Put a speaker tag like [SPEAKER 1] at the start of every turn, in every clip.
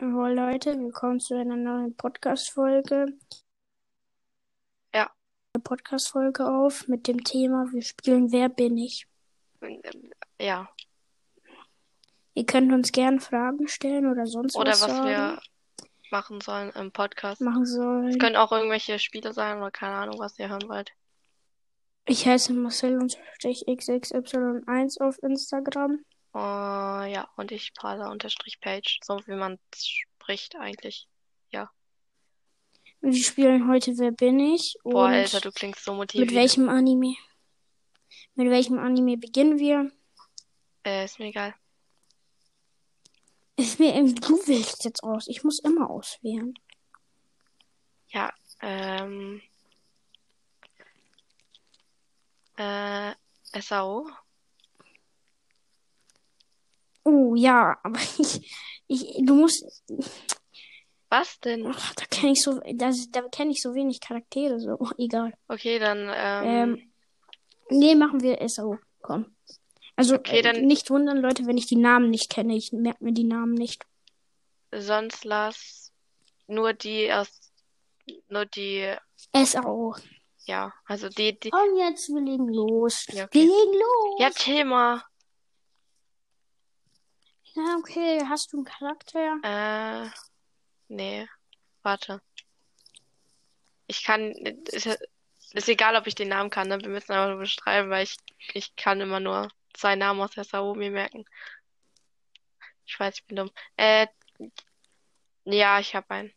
[SPEAKER 1] Leute, willkommen zu einer neuen Podcast-Folge.
[SPEAKER 2] Ja.
[SPEAKER 1] Eine Podcast-Folge auf mit dem Thema Wir spielen Wer bin ich?
[SPEAKER 2] Ja.
[SPEAKER 1] Ihr könnt uns gerne Fragen stellen oder sonst
[SPEAKER 2] Oder
[SPEAKER 1] was,
[SPEAKER 2] was
[SPEAKER 1] sagen, Mhm.
[SPEAKER 2] wir machen sollen im Podcast.
[SPEAKER 1] machen
[SPEAKER 2] Es
[SPEAKER 1] sollen.
[SPEAKER 2] können auch irgendwelche Spiele sein oder keine Ahnung, was ihr hören wollt.
[SPEAKER 1] Ich heiße Marcel und xxy1 auf Instagram.
[SPEAKER 2] Äh, ja, und ich Parler unterstrich Page, so wie man spricht eigentlich.
[SPEAKER 1] Wir spielen heute Wer bin ich?
[SPEAKER 2] Boah,
[SPEAKER 1] und
[SPEAKER 2] Alter, du klingst so
[SPEAKER 1] mit
[SPEAKER 2] motiviert.
[SPEAKER 1] welchem Anime? Mit welchem Anime beginnen wir?
[SPEAKER 2] Äh, ist mir egal.
[SPEAKER 1] Ist mir irgendwie, du wählst jetzt aus. Ich muss immer auswählen.
[SPEAKER 2] Ja, ähm. Äh, SAO?
[SPEAKER 1] Oh ja, aber ich, ich du musst,
[SPEAKER 2] Was denn?
[SPEAKER 1] ach, da kenne ich so, das, da kenne ich so wenig Charaktere, so, oh, egal.
[SPEAKER 2] Okay, dann, ähm.
[SPEAKER 1] Ähm, nee, machen wir SO, komm. Also,
[SPEAKER 2] Okay,
[SPEAKER 1] äh,
[SPEAKER 2] dann-
[SPEAKER 1] nicht wundern, Leute, wenn ich die Namen nicht kenne. Ich merke mir die Namen nicht. Ähm.
[SPEAKER 2] Sonst las nur die aus. Nur die.
[SPEAKER 1] SAO.
[SPEAKER 2] Ja, also die, die.
[SPEAKER 1] Und jetzt, wir legen los.
[SPEAKER 2] Ja,
[SPEAKER 1] Wir
[SPEAKER 2] okay.
[SPEAKER 1] legen los.
[SPEAKER 2] Ja, Thema.
[SPEAKER 1] Ja, okay, hast du einen Charakter?
[SPEAKER 2] Äh, nee, warte. Ich kann, ist, ja- ist egal, ob ich den Namen kann, ne? Wir müssen aber nur beschreiben, weil ich, ich kann immer nur zwei Namen aus der SAO mir merken. Ich weiß, ich bin dumm. Äh, ja, ich habe einen.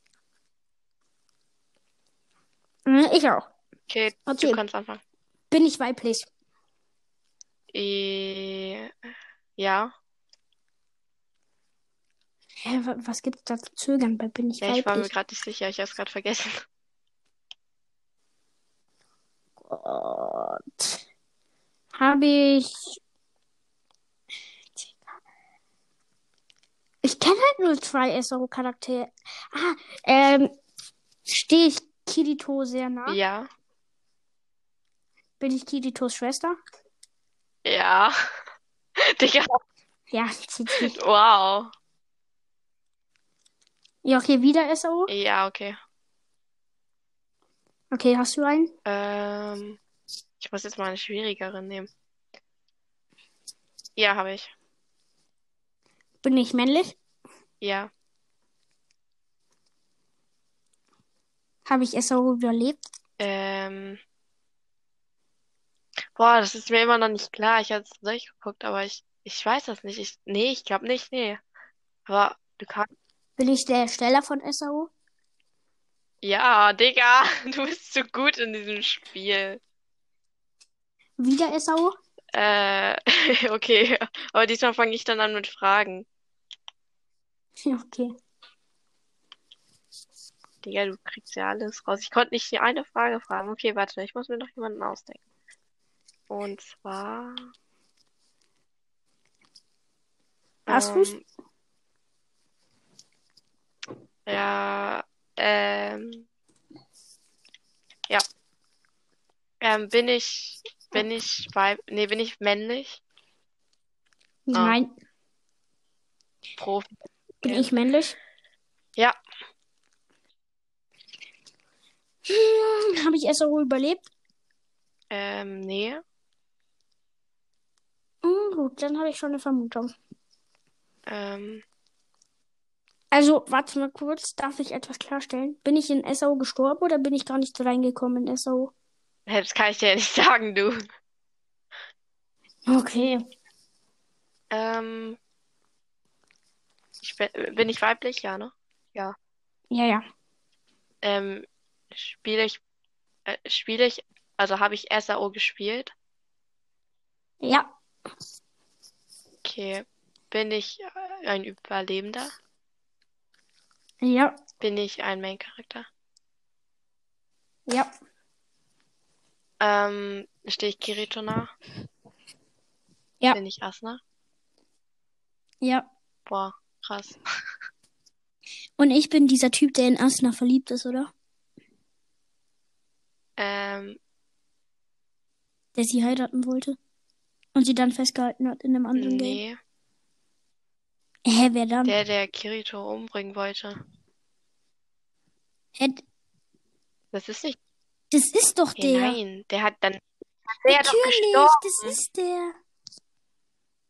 [SPEAKER 1] Hm, Ich auch.
[SPEAKER 2] Okay,
[SPEAKER 1] Okay.
[SPEAKER 2] du kannst anfangen.
[SPEAKER 1] Bin ich weiblich?
[SPEAKER 2] Äh, ja,
[SPEAKER 1] Hä, wa- was gibt's da zu zögern bei bin ich
[SPEAKER 2] ja, ich war mir
[SPEAKER 1] weiblich?
[SPEAKER 2] gerade nicht sicher, ich habe es gerade vergessen.
[SPEAKER 1] Gott. Habe ich. Ich kenne halt nur zwei SO-Charaktere. Ah, ähm. Stehe ich Kirito sehr nah?
[SPEAKER 2] Ja,
[SPEAKER 1] Bin ich Kiritos Schwester?
[SPEAKER 2] ja. Digga,
[SPEAKER 1] Ja, Titi.
[SPEAKER 2] wow.
[SPEAKER 1] Ja, okay, wieder SO.
[SPEAKER 2] Ja, okay.
[SPEAKER 1] Okay, hast du einen?
[SPEAKER 2] Ähm, ich muss jetzt mal eine schwierigere nehmen. Ja, habe ich.
[SPEAKER 1] Bin ich männlich?
[SPEAKER 2] Ja,
[SPEAKER 1] Habe ich SO überlebt?
[SPEAKER 2] ähm. Boah, das ist mir immer noch nicht klar. Ich habe es durchgeguckt, aber ich, ich weiß das nicht. Ich, nee, ich glaube nicht, nee. Aber du kannst.
[SPEAKER 1] Bin ich der Ersteller von SO?
[SPEAKER 2] Ja, Digga, du bist so gut in diesem Spiel.
[SPEAKER 1] Wieder SO?
[SPEAKER 2] Äh, okay. Aber diesmal fange ich dann an mit Fragen.
[SPEAKER 1] Ja, Okay.
[SPEAKER 2] Digga, du kriegst ja alles raus. Ich konnte nicht die eine Frage fragen. Okay, warte, ich muss mir noch jemanden ausdenken. Und zwar.
[SPEAKER 1] Hast du's?
[SPEAKER 2] Ähm, ja, ähm, ja. Ähm, bin ich, bin ich weib, nee, bin ich männlich? Ah.
[SPEAKER 1] Nein.
[SPEAKER 2] Profi.
[SPEAKER 1] Bin
[SPEAKER 2] Ja.
[SPEAKER 1] ich männlich?
[SPEAKER 2] Ja,
[SPEAKER 1] Hm, Habe ich SO überlebt?
[SPEAKER 2] ähm, nee.
[SPEAKER 1] Hm, gut, dann habe ich schon eine Vermutung.
[SPEAKER 2] Ähm,
[SPEAKER 1] Also, warte mal kurz, darf ich etwas klarstellen? Bin ich in SAO gestorben oder bin ich gar nicht reingekommen in SAO?
[SPEAKER 2] hä, das kann ich dir ja nicht sagen, du.
[SPEAKER 1] Okay.
[SPEAKER 2] Ähm, ich bin, bin ich weiblich? Ja, ne?
[SPEAKER 1] Ja, ja.
[SPEAKER 2] Ähm, spiele ich, äh, spiele ich, also habe ich SAO gespielt?
[SPEAKER 1] Ja,
[SPEAKER 2] Okay. Bin ich äh, ein Überlebender?
[SPEAKER 1] ja,
[SPEAKER 2] Bin ich ein Main-Charakter?
[SPEAKER 1] ja.
[SPEAKER 2] Ähm, stehe ich Kirito nah?
[SPEAKER 1] Ja.
[SPEAKER 2] Bin ich Asuna?
[SPEAKER 1] Ja.
[SPEAKER 2] Boah, krass.
[SPEAKER 1] Und ich bin dieser Typ, der in Asna verliebt ist, oder?
[SPEAKER 2] Ähm,
[SPEAKER 1] Der sie heiraten wollte. Und sie dann festgehalten hat in einem anderen Game.
[SPEAKER 2] nee.
[SPEAKER 1] Hä, wer dann?
[SPEAKER 2] Der, der Kirito umbringen wollte.
[SPEAKER 1] Hä,
[SPEAKER 2] Das ist nicht.
[SPEAKER 1] das ist doch
[SPEAKER 2] Nee,
[SPEAKER 1] der.
[SPEAKER 2] Nein, der hat dann. Wär er doch
[SPEAKER 1] Natürlich,
[SPEAKER 2] gestorben.
[SPEAKER 1] das ist der.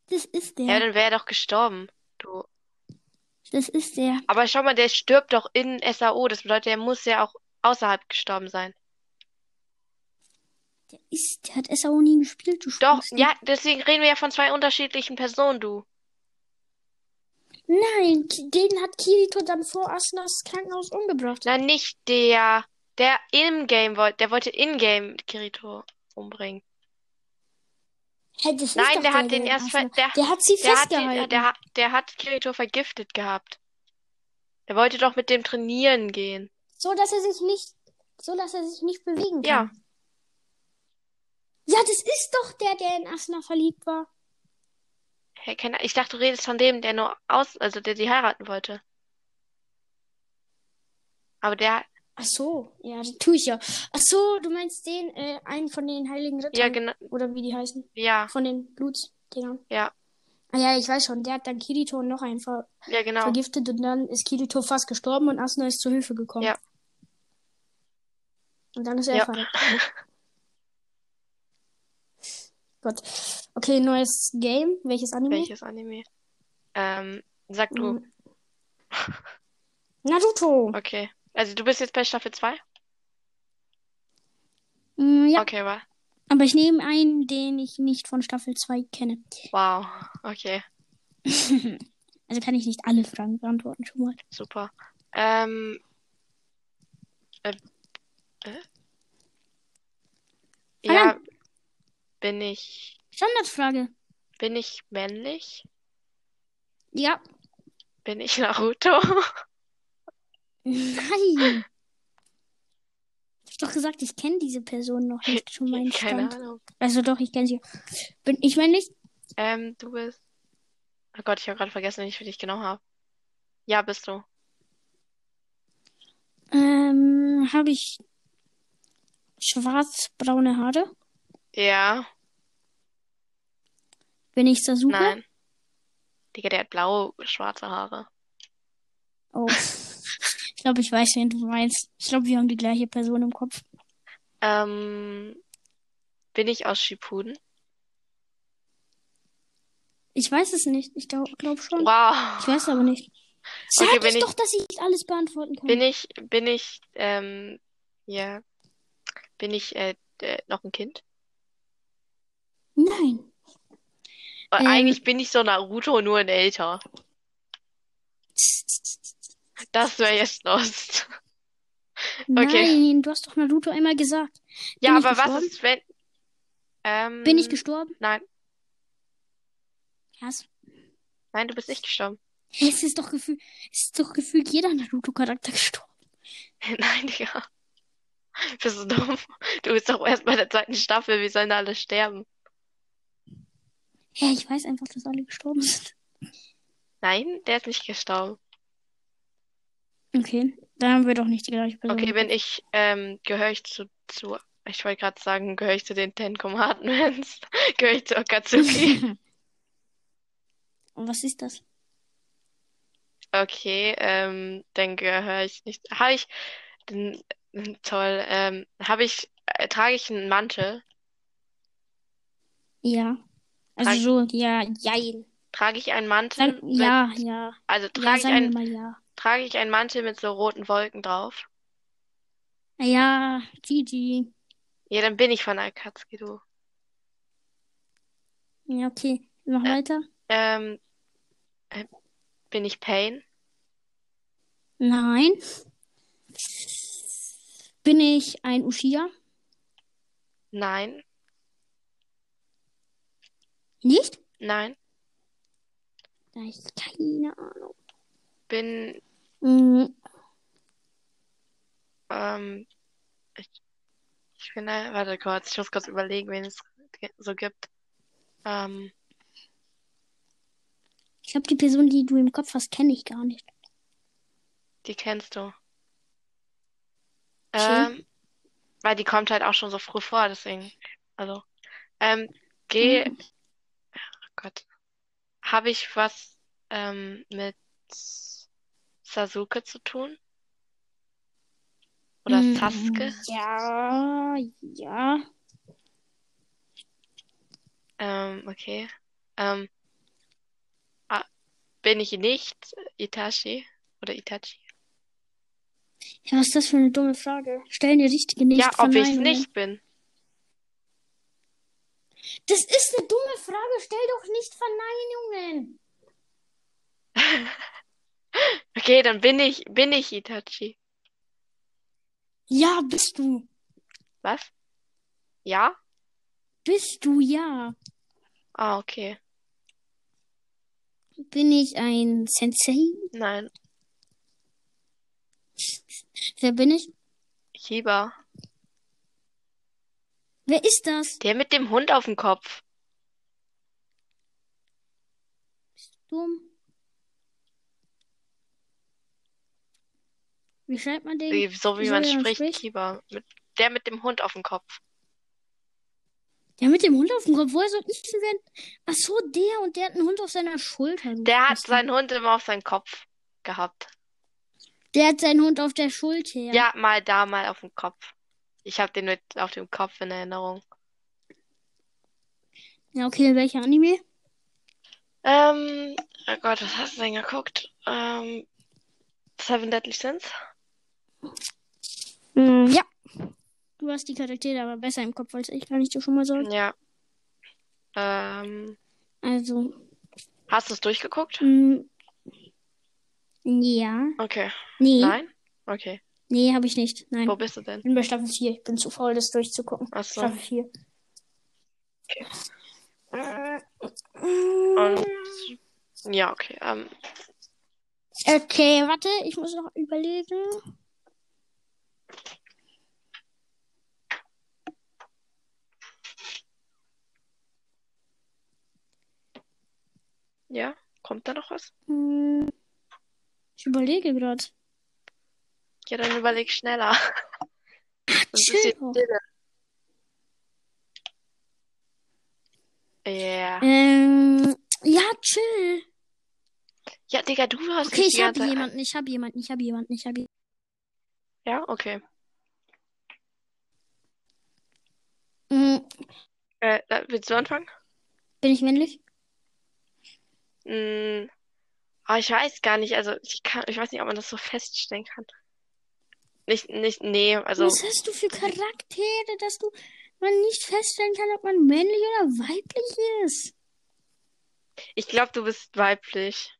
[SPEAKER 1] Das ist
[SPEAKER 2] Ja,
[SPEAKER 1] der.
[SPEAKER 2] dann wäre er doch gestorben. Du.
[SPEAKER 1] Das ist der.
[SPEAKER 2] Aber schau mal, der stirbt doch in SAO. Das bedeutet, er muss ja auch außerhalb gestorben sein.
[SPEAKER 1] Der ist, der hat SAO nie gespielt, du
[SPEAKER 2] Doch,
[SPEAKER 1] Spasti.
[SPEAKER 2] ja, deswegen reden wir ja von zwei unterschiedlichen Personen, du.
[SPEAKER 1] Nein, Ki- den hat Kirito dann vor Asnas Krankenhaus umgebracht.
[SPEAKER 2] Nein, nicht der. Der im Game wollte. Der wollte in-game Kirito umbringen.
[SPEAKER 1] Hä, das ist
[SPEAKER 2] Nein,
[SPEAKER 1] doch
[SPEAKER 2] der hat den
[SPEAKER 1] in
[SPEAKER 2] erst.
[SPEAKER 1] Asna.
[SPEAKER 2] ver- Der,
[SPEAKER 1] Der hat sie
[SPEAKER 2] der hat,
[SPEAKER 1] festgehalten.
[SPEAKER 2] den, äh, der, hat- der hat Kirito vergiftet gehabt. Der wollte doch mit dem trainieren gehen.
[SPEAKER 1] So, dass er sich nicht, so dass er sich nicht bewegen
[SPEAKER 2] Ja.
[SPEAKER 1] kann. Ja, das ist doch der, der in Asna verliebt war.
[SPEAKER 2] Hey, keine, ich dachte, du redest von dem, der nur aus, also der sie heiraten wollte. Aber der,
[SPEAKER 1] Ach so, ja, das tue ich ja. Ach so, du meinst den, äh, einen von den Heiligen Rittern.
[SPEAKER 2] ja, genau,
[SPEAKER 1] Oder wie die heißen.
[SPEAKER 2] ja,
[SPEAKER 1] Von den Blutsdingern.
[SPEAKER 2] Ja.
[SPEAKER 1] Ah ja, ich weiß schon, der hat dann Kirito noch einen ver
[SPEAKER 2] ja, genau.
[SPEAKER 1] vergiftet und dann ist Kirito fast gestorben und Asuna ist zur Hilfe gekommen.
[SPEAKER 2] Ja.
[SPEAKER 1] Und dann ist er
[SPEAKER 2] Ja.
[SPEAKER 1] verreckt. Gott. Okay, neues Game. Welches Anime?
[SPEAKER 2] Welches Anime? Ähm, sag du,
[SPEAKER 1] Mhm. Naruto.
[SPEAKER 2] okay. Also du bist jetzt bei Staffel 2?
[SPEAKER 1] Mm, Ja,
[SPEAKER 2] Okay, wa
[SPEAKER 1] aber ich nehme einen, den ich nicht von Staffel 2 kenne.
[SPEAKER 2] wow, okay,
[SPEAKER 1] Also kann ich nicht alle Fragen beantworten schon mal.
[SPEAKER 2] super. Ähm, äh, äh?
[SPEAKER 1] Fang
[SPEAKER 2] Ja, bin ich,
[SPEAKER 1] Standardfrage.
[SPEAKER 2] bin ich männlich?
[SPEAKER 1] Ja.
[SPEAKER 2] Bin ich Naruto?
[SPEAKER 1] Nein. Ich hab doch gesagt, ich kenne diese Person noch nicht schon meinen
[SPEAKER 2] Keine
[SPEAKER 1] Stand.
[SPEAKER 2] Ahnung.
[SPEAKER 1] Also doch, ich kenne sie. Bin ich männlich?
[SPEAKER 2] Ähm, du bist. Oh Gott, ich habe gerade vergessen, wie ich für dich genau habe. Ja, bist du.
[SPEAKER 1] Ähm, habe ich schwarz-braune Haare?
[SPEAKER 2] Ja,
[SPEAKER 1] Bin ich Sasuke?
[SPEAKER 2] nein. Digga, der hat blau-schwarze Haare.
[SPEAKER 1] Oh. Ich glaube, ich weiß, wen du meinst. Ich glaube, wir haben die gleiche Person im Kopf.
[SPEAKER 2] Ähm, bin ich aus Shippuden?
[SPEAKER 1] Ich weiß es nicht. Ich glaube glaub schon. Ich
[SPEAKER 2] Wow.
[SPEAKER 1] weiß aber nicht. Sag
[SPEAKER 2] Okay,
[SPEAKER 1] ich
[SPEAKER 2] bin ich-
[SPEAKER 1] doch, dass ich nicht alles beantworten kann.
[SPEAKER 2] Bin ich, bin ich, ähm, ja. Bin ich, äh, äh, noch ein Kind?
[SPEAKER 1] Nein.
[SPEAKER 2] Weil
[SPEAKER 1] Ähm.
[SPEAKER 2] Äh, Eigentlich bin ich so Naruto, nur in älter. Das wäre jetzt lost. Okay.
[SPEAKER 1] Nein, du hast doch Naruto einmal gesagt.
[SPEAKER 2] Ja,
[SPEAKER 1] Bin ich
[SPEAKER 2] aber was
[SPEAKER 1] gestorben?
[SPEAKER 2] ist, wenn. Ähm,
[SPEAKER 1] Bin ich gestorben?
[SPEAKER 2] nein,
[SPEAKER 1] Krass.
[SPEAKER 2] nein, du bist nicht gestorben.
[SPEAKER 1] Es ist doch gefühlt, es ist doch gefühlt jeder Naruto-Charakter gestorben.
[SPEAKER 2] Nein, Digga. Bist du dumm? Du bist doch erst bei der zweiten Staffel. Wie sollen da alle sterben?
[SPEAKER 1] Hä, ich weiß einfach, dass alle gestorben sind.
[SPEAKER 2] Nein, der ist nicht gestorben.
[SPEAKER 1] Okay, dann haben wir doch nicht die gleiche Person.
[SPEAKER 2] Okay, wenn ich, ähm, gehöre ich zu, zu, ich wollte gerade sagen, gehöre ich zu den Ten Commandments? Gehöre ich zu Akatsuki?
[SPEAKER 1] Und was ist das?
[SPEAKER 2] Okay, ähm, dann gehöre ich nicht. Habe ich, dann, toll, ähm, habe ich, äh, trage ich einen Mantel?
[SPEAKER 1] Ja.
[SPEAKER 2] Nein.
[SPEAKER 1] Also so, ja, jein.
[SPEAKER 2] Trage ich einen Mantel
[SPEAKER 1] Dann,
[SPEAKER 2] mit,
[SPEAKER 1] ja, ja.
[SPEAKER 2] also
[SPEAKER 1] Ja,
[SPEAKER 2] trage ich
[SPEAKER 1] sagen wir
[SPEAKER 2] einen,
[SPEAKER 1] mal ja.
[SPEAKER 2] trage ich einen Mantel mit so roten Wolken drauf?
[SPEAKER 1] Ja, GG.
[SPEAKER 2] Ja, dann bin ich von Akatsuki, du.
[SPEAKER 1] Ja, okay. Mach weiter.
[SPEAKER 2] Ähm, äh, bin ich Pain?
[SPEAKER 1] Nein. Bin ich ein Uchiha?
[SPEAKER 2] Nein,
[SPEAKER 1] Nicht?
[SPEAKER 2] nein.
[SPEAKER 1] Nein, keine Ahnung.
[SPEAKER 2] Bin,
[SPEAKER 1] Mm,
[SPEAKER 2] ähm, ich, ich bin, äh, warte kurz, ich muss kurz überlegen, wen es ge- so gibt. Ähm,
[SPEAKER 1] Ich glaube, die Person, die du im Kopf hast, kenne ich gar nicht.
[SPEAKER 2] die kennst du.
[SPEAKER 1] Okay.
[SPEAKER 2] Ähm, weil die kommt halt auch schon so früh vor, deswegen, also, ähm, geh,
[SPEAKER 1] Mm.
[SPEAKER 2] Gott, habe ich was ähm, mit Sasuke zu tun? Oder
[SPEAKER 1] Mm,
[SPEAKER 2] Sasuke?
[SPEAKER 1] Ja, ja.
[SPEAKER 2] Ähm, okay. Ähm, ah, bin ich nicht Itachi oder Itachi?
[SPEAKER 1] Ja, was ist das für eine dumme Frage? Stell eine richtige, nicht
[SPEAKER 2] Ja, ob ich es
[SPEAKER 1] Verneinung.
[SPEAKER 2] nicht bin.
[SPEAKER 1] Das ist eine dumme Frage. Stell doch nicht Verneinungen.
[SPEAKER 2] Okay, dann bin ich, bin ich Itachi.
[SPEAKER 1] Ja, bist du.
[SPEAKER 2] Was? Ja?
[SPEAKER 1] Bist du, ja.
[SPEAKER 2] Ah, okay.
[SPEAKER 1] Bin ich ein Sensei?
[SPEAKER 2] Nein.
[SPEAKER 1] Wer bin ich?
[SPEAKER 2] Kiba.
[SPEAKER 1] Wer ist das?
[SPEAKER 2] Der mit dem Hund auf dem Kopf.
[SPEAKER 1] Dumm. Wie schreibt man den?
[SPEAKER 2] Äh, So wie
[SPEAKER 1] So
[SPEAKER 2] man
[SPEAKER 1] wie man
[SPEAKER 2] spricht,
[SPEAKER 1] spricht.
[SPEAKER 2] Kiba. Mit, der mit dem Hund auf dem Kopf.
[SPEAKER 1] Der mit dem Hund auf dem Kopf. Woher soll ich denn werden? Ach so, der und der hat einen Hund auf seiner Schulter. du
[SPEAKER 2] Der hat
[SPEAKER 1] Bastard.
[SPEAKER 2] seinen Hund immer auf seinen Kopf gehabt.
[SPEAKER 1] Der hat seinen Hund auf der Schulter.
[SPEAKER 2] Ja, mal da, mal auf dem Kopf. Ich habe den mit auf dem Kopf in Erinnerung.
[SPEAKER 1] Ja, okay, welcher Anime?
[SPEAKER 2] Ähm, oh Gott, was hast du denn geguckt? Ähm, Seven Deadly Sins? Mhm.
[SPEAKER 1] Mm, ja. Du hast die Charaktere aber besser im Kopf als ich, kann ich dir schon mal sagen.
[SPEAKER 2] Ja. Ähm,
[SPEAKER 1] Also,
[SPEAKER 2] hast du es durchgeguckt?
[SPEAKER 1] mm, ja.
[SPEAKER 2] Okay.
[SPEAKER 1] Nee,
[SPEAKER 2] Nein? Okay.
[SPEAKER 1] nee, habe ich nicht. Nein.
[SPEAKER 2] Wo bist du denn?
[SPEAKER 1] Ich bin bei Staffel 4. Ich bin zu faul, das durchzugucken.
[SPEAKER 2] Ach so.
[SPEAKER 1] Staffel 4.
[SPEAKER 2] Und, ja, okay. Ähm,
[SPEAKER 1] Okay, warte, ich muss noch überlegen.
[SPEAKER 2] ja, kommt da noch was?
[SPEAKER 1] Hm, Ich überlege gerade.
[SPEAKER 2] Ja, dann überleg schneller. Sonst
[SPEAKER 1] Chill.
[SPEAKER 2] ist hier Stille. Ja.
[SPEAKER 1] Ähm, ja, chill.
[SPEAKER 2] Ja, Digga, du hast
[SPEAKER 1] Okay,
[SPEAKER 2] mich die
[SPEAKER 1] ich habe
[SPEAKER 2] ganze Zeit-
[SPEAKER 1] jemanden, ich habe jemanden, ich habe jemanden, ich habe
[SPEAKER 2] Ja, okay.
[SPEAKER 1] jemanden.
[SPEAKER 2] Äh, da- willst du anfangen?
[SPEAKER 1] Hm, Bin ich männlich?
[SPEAKER 2] Mm, aber ich weiß gar nicht, also ich kann, ich weiß nicht, ob man das so feststellen kann. Nicht, nicht, nee, also
[SPEAKER 1] Was hast du für Charaktere, dass du man nicht feststellen kann, ob man männlich oder weiblich ist?
[SPEAKER 2] ich glaube, du bist weiblich.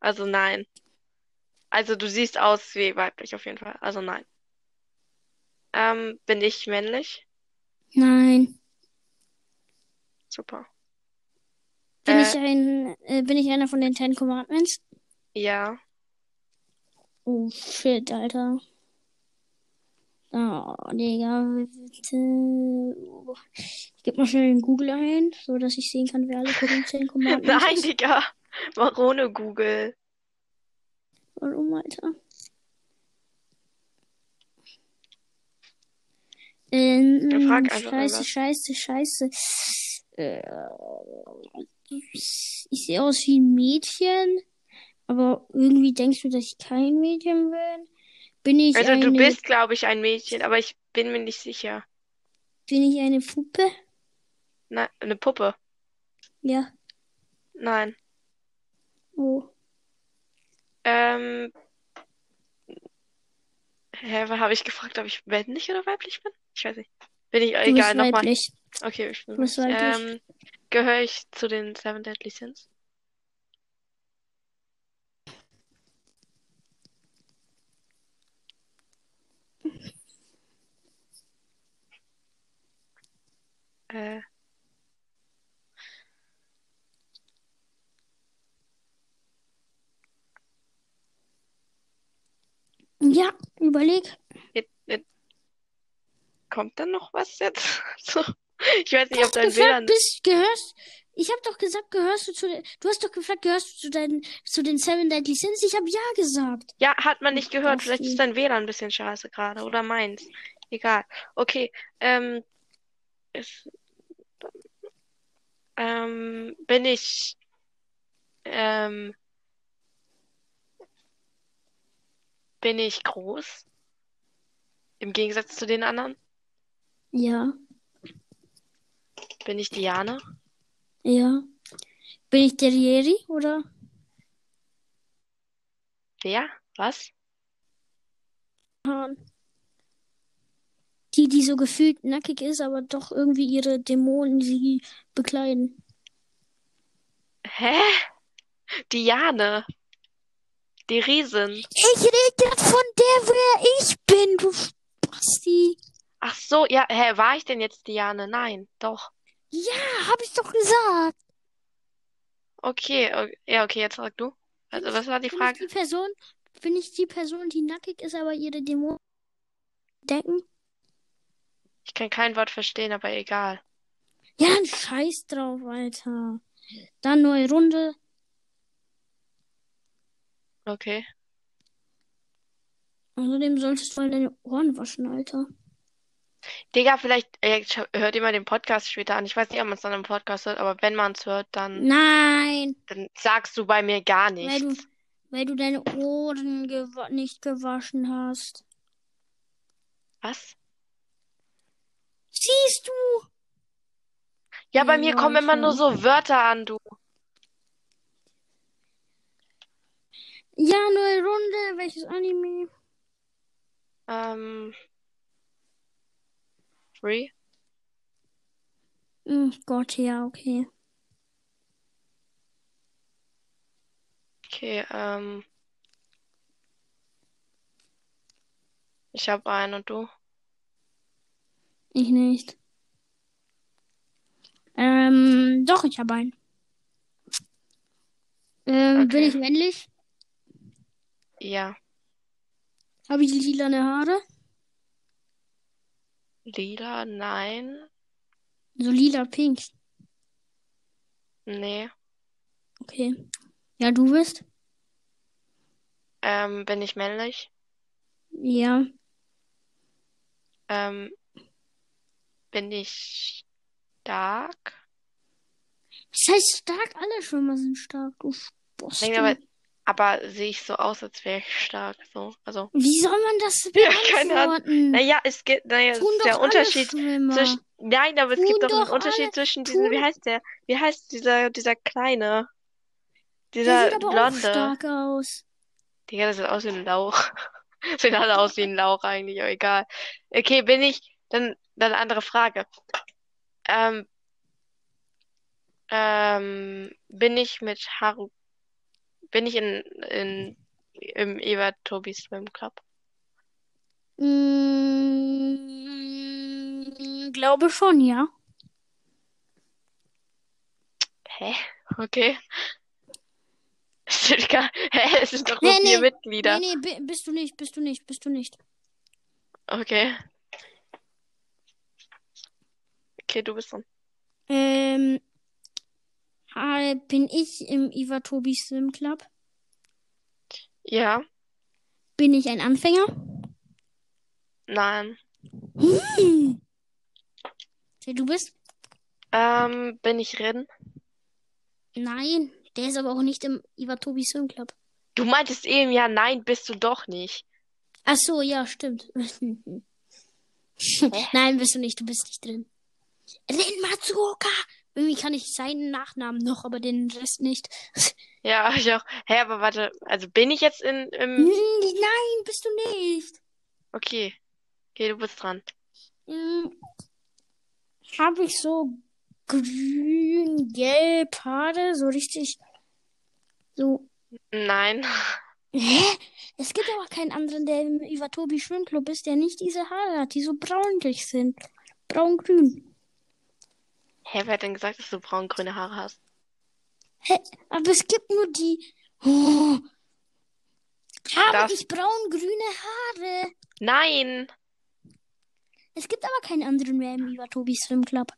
[SPEAKER 2] Also nein. Also du siehst aus wie weiblich auf jeden Fall. Also nein. Ähm, bin ich männlich?
[SPEAKER 1] Nein.
[SPEAKER 2] Super.
[SPEAKER 1] Bin
[SPEAKER 2] Äh.
[SPEAKER 1] ich ein, äh, bin ich einer von den Ten Commandments?
[SPEAKER 2] Ja.
[SPEAKER 1] Oh shit, Alter. Oh, Digga, bitte. Oh. Ich geb mal schnell in Google ein, so dass ich sehen kann, wer alle von den Ten Commandments
[SPEAKER 2] Nein,
[SPEAKER 1] ist.
[SPEAKER 2] Digga. Marone Google.
[SPEAKER 1] Warum, Alter? Ähm,
[SPEAKER 2] Ja, frag einfach
[SPEAKER 1] scheiße,
[SPEAKER 2] irgendwas.
[SPEAKER 1] scheiße, scheiße. Äh, ich sehe aus wie ein Mädchen, aber irgendwie denkst du, dass ich kein Mädchen bin? Bin ich
[SPEAKER 2] Also du
[SPEAKER 1] eine,
[SPEAKER 2] bist, glaube ich, ein Mädchen, aber ich bin mir nicht sicher.
[SPEAKER 1] bin ich eine Puppe?
[SPEAKER 2] Nein, Ne, eine Puppe.
[SPEAKER 1] Ja.
[SPEAKER 2] Nein.
[SPEAKER 1] Oh.
[SPEAKER 2] Ähm. Hä, habe ich gefragt, ob ich männlich oder weiblich bin? Ich weiß nicht. Bin ich,
[SPEAKER 1] Du
[SPEAKER 2] egal,
[SPEAKER 1] bist
[SPEAKER 2] nochmal.
[SPEAKER 1] weiblich.
[SPEAKER 2] Okay, ich bin
[SPEAKER 1] Du bist
[SPEAKER 2] weiblich.
[SPEAKER 1] weiblich.
[SPEAKER 2] Ähm, gehöre ich zu den Seven Deadly Sins? Äh,
[SPEAKER 1] Ja, überleg.
[SPEAKER 2] jetzt, jetzt, kommt dann noch was jetzt? So, ich weiß nicht, ob dein
[SPEAKER 1] Gefragt,
[SPEAKER 2] WLAN.
[SPEAKER 1] bist, gehörst, ich habe doch gesagt, gehörst du zu den, du hast doch gefragt, gehörst du zu den, zu den Seven Deadly Sins? Ich habe ja gesagt.
[SPEAKER 2] Ja, hat man nicht gehört. Vielleicht
[SPEAKER 1] Basti.
[SPEAKER 2] ist dein WLAN ein bisschen scheiße gerade. Oder meins. Egal. Okay. Ähm, ist, ähm, bin ich Ähm, bin ich groß? Im Gegensatz zu den anderen?
[SPEAKER 1] Ja,
[SPEAKER 2] Bin ich Diana?
[SPEAKER 1] ja. Bin ich der Jerry oder?
[SPEAKER 2] Wer? Was?
[SPEAKER 1] Hahn. Die, die so gefühlt nackig ist, aber doch irgendwie ihre Dämonen sie bekleiden.
[SPEAKER 2] Hä? Diane. Die Riesen.
[SPEAKER 1] Ich rede von der, wer ich bin, du Basti.
[SPEAKER 2] Ach so, ja, hä, war ich denn jetzt Diane? Nein, doch.
[SPEAKER 1] Ja, hab ich doch gesagt.
[SPEAKER 2] Okay, o- ja, okay, jetzt sag du. Also, was war die
[SPEAKER 1] Bin ich
[SPEAKER 2] Frage?
[SPEAKER 1] die Person, bin ich die Person, die nackig ist, aber ihre Dämonen decken?
[SPEAKER 2] Ich kann kein Wort verstehen, aber egal.
[SPEAKER 1] Ja, ein Scheiß drauf, Alter. Dann neue Runde.
[SPEAKER 2] Okay.
[SPEAKER 1] Außerdem solltest du mal deine Ohren waschen, Alter.
[SPEAKER 2] Digga, vielleicht äh, sch- hört ihr mal den Podcast später an. Ich weiß nicht, ob man es dann im Podcast hört, aber wenn man es hört, dann,
[SPEAKER 1] Nein,
[SPEAKER 2] dann sagst du bei mir gar
[SPEAKER 1] weil du,
[SPEAKER 2] nichts.
[SPEAKER 1] weil du deine Ohren gewa nicht gewaschen hast.
[SPEAKER 2] Was?
[SPEAKER 1] Siehst du?
[SPEAKER 2] Ja, bei
[SPEAKER 1] Ja,
[SPEAKER 2] mir kommen immer nur
[SPEAKER 1] Leute.
[SPEAKER 2] so Wörter an, du.
[SPEAKER 1] Ja, neue Runde. Welches Anime?
[SPEAKER 2] Ähm. Free?
[SPEAKER 1] Hm, Gott, ja, okay.
[SPEAKER 2] Okay, ähm. Ich habe einen und du?
[SPEAKER 1] Ich nicht. Ähm, doch, ich habe einen. Ähm, bin
[SPEAKER 2] Okay.
[SPEAKER 1] ich männlich?
[SPEAKER 2] Ja.
[SPEAKER 1] Habe ich lilane Haare?
[SPEAKER 2] Lila? Nein.
[SPEAKER 1] So lila pink.
[SPEAKER 2] Nee.
[SPEAKER 1] Okay. Ja, du bist?
[SPEAKER 2] Ähm, bin ich männlich?
[SPEAKER 1] Ja.
[SPEAKER 2] Ähm, bin ich stark?
[SPEAKER 1] Das heißt stark, alle Schwimmer sind stark, du Spasti.
[SPEAKER 2] Nein, aber, aber sehe ich so aus, als wäre ich stark, so. Also,
[SPEAKER 1] Wie soll man das
[SPEAKER 2] Ja, keine Ahnung.
[SPEAKER 1] beantworten?
[SPEAKER 2] naja, es gibt, naja, es
[SPEAKER 1] Hm. Tun
[SPEAKER 2] ist
[SPEAKER 1] doch
[SPEAKER 2] der
[SPEAKER 1] alle
[SPEAKER 2] Unterschied
[SPEAKER 1] Schwimmer.
[SPEAKER 2] zwischen, nein, aber es
[SPEAKER 1] Tun
[SPEAKER 2] gibt doch einen
[SPEAKER 1] doch alle-
[SPEAKER 2] Unterschied zwischen diesen, wie
[SPEAKER 1] tun-
[SPEAKER 2] heißt der, wie heißt dieser, dieser Kleine,
[SPEAKER 1] Der
[SPEAKER 2] dieser
[SPEAKER 1] sieht aber auch
[SPEAKER 2] Blonde.
[SPEAKER 1] stark aus.
[SPEAKER 2] Digga, das sieht aus wie ein Lauch. Sehen alle aus wie ein Lauch eigentlich, aber egal. Okay, bin ich, dann, dann andere Frage. Ähm, ähm, bin ich mit Haru, bin ich in, in, im Eva Tobi Swim Club?
[SPEAKER 1] Mm, glaube schon, ja.
[SPEAKER 2] Hä? Okay. Es sind gar- Hä? Es sind doch nur
[SPEAKER 1] Nee,
[SPEAKER 2] vier
[SPEAKER 1] nee.
[SPEAKER 2] Mitglieder.
[SPEAKER 1] Nee, nee, bi- bist du nicht, bist du nicht, bist du nicht.
[SPEAKER 2] Okay. Okay, du bist dran.
[SPEAKER 1] Ähm, äh, bin ich im Iwatobi Swim Club?
[SPEAKER 2] Ja,
[SPEAKER 1] Bin ich ein Anfänger?
[SPEAKER 2] nein.
[SPEAKER 1] Hm. Wer du bist?
[SPEAKER 2] Ähm, bin ich Rin?
[SPEAKER 1] Nein, der ist aber auch nicht im Iwatobi Swim Club.
[SPEAKER 2] Du meintest eben ja, nein, bist du doch nicht.
[SPEAKER 1] Ach so, ja, stimmt. Nein, bist du nicht, du bist nicht drin. Rin Matsuoka! Irgendwie kann ich seinen Nachnamen noch, aber den Rest nicht.
[SPEAKER 2] Ja, ich auch. Hä, aber warte, also bin ich jetzt in,
[SPEAKER 1] Hm,
[SPEAKER 2] im,
[SPEAKER 1] Nein, bist du nicht.
[SPEAKER 2] okay. Okay, du bist dran.
[SPEAKER 1] Hm, Habe ich so grün, gelb Haare, so richtig. So.
[SPEAKER 2] Nein.
[SPEAKER 1] Hä? Es gibt aber keinen anderen, der im Iwatobi Schwimmclub ist, der nicht diese Haare hat, die so braunlich sind. Braun-grün.
[SPEAKER 2] Hä, wer hat denn gesagt, dass du braun-grüne Haare hast?
[SPEAKER 1] Aber es gibt nur die. Oh. Habe
[SPEAKER 2] Das-
[SPEAKER 1] ich braun-grüne Haare?
[SPEAKER 2] Nein!
[SPEAKER 1] Es gibt aber keinen anderen mehr im Iwatobi Swim Club.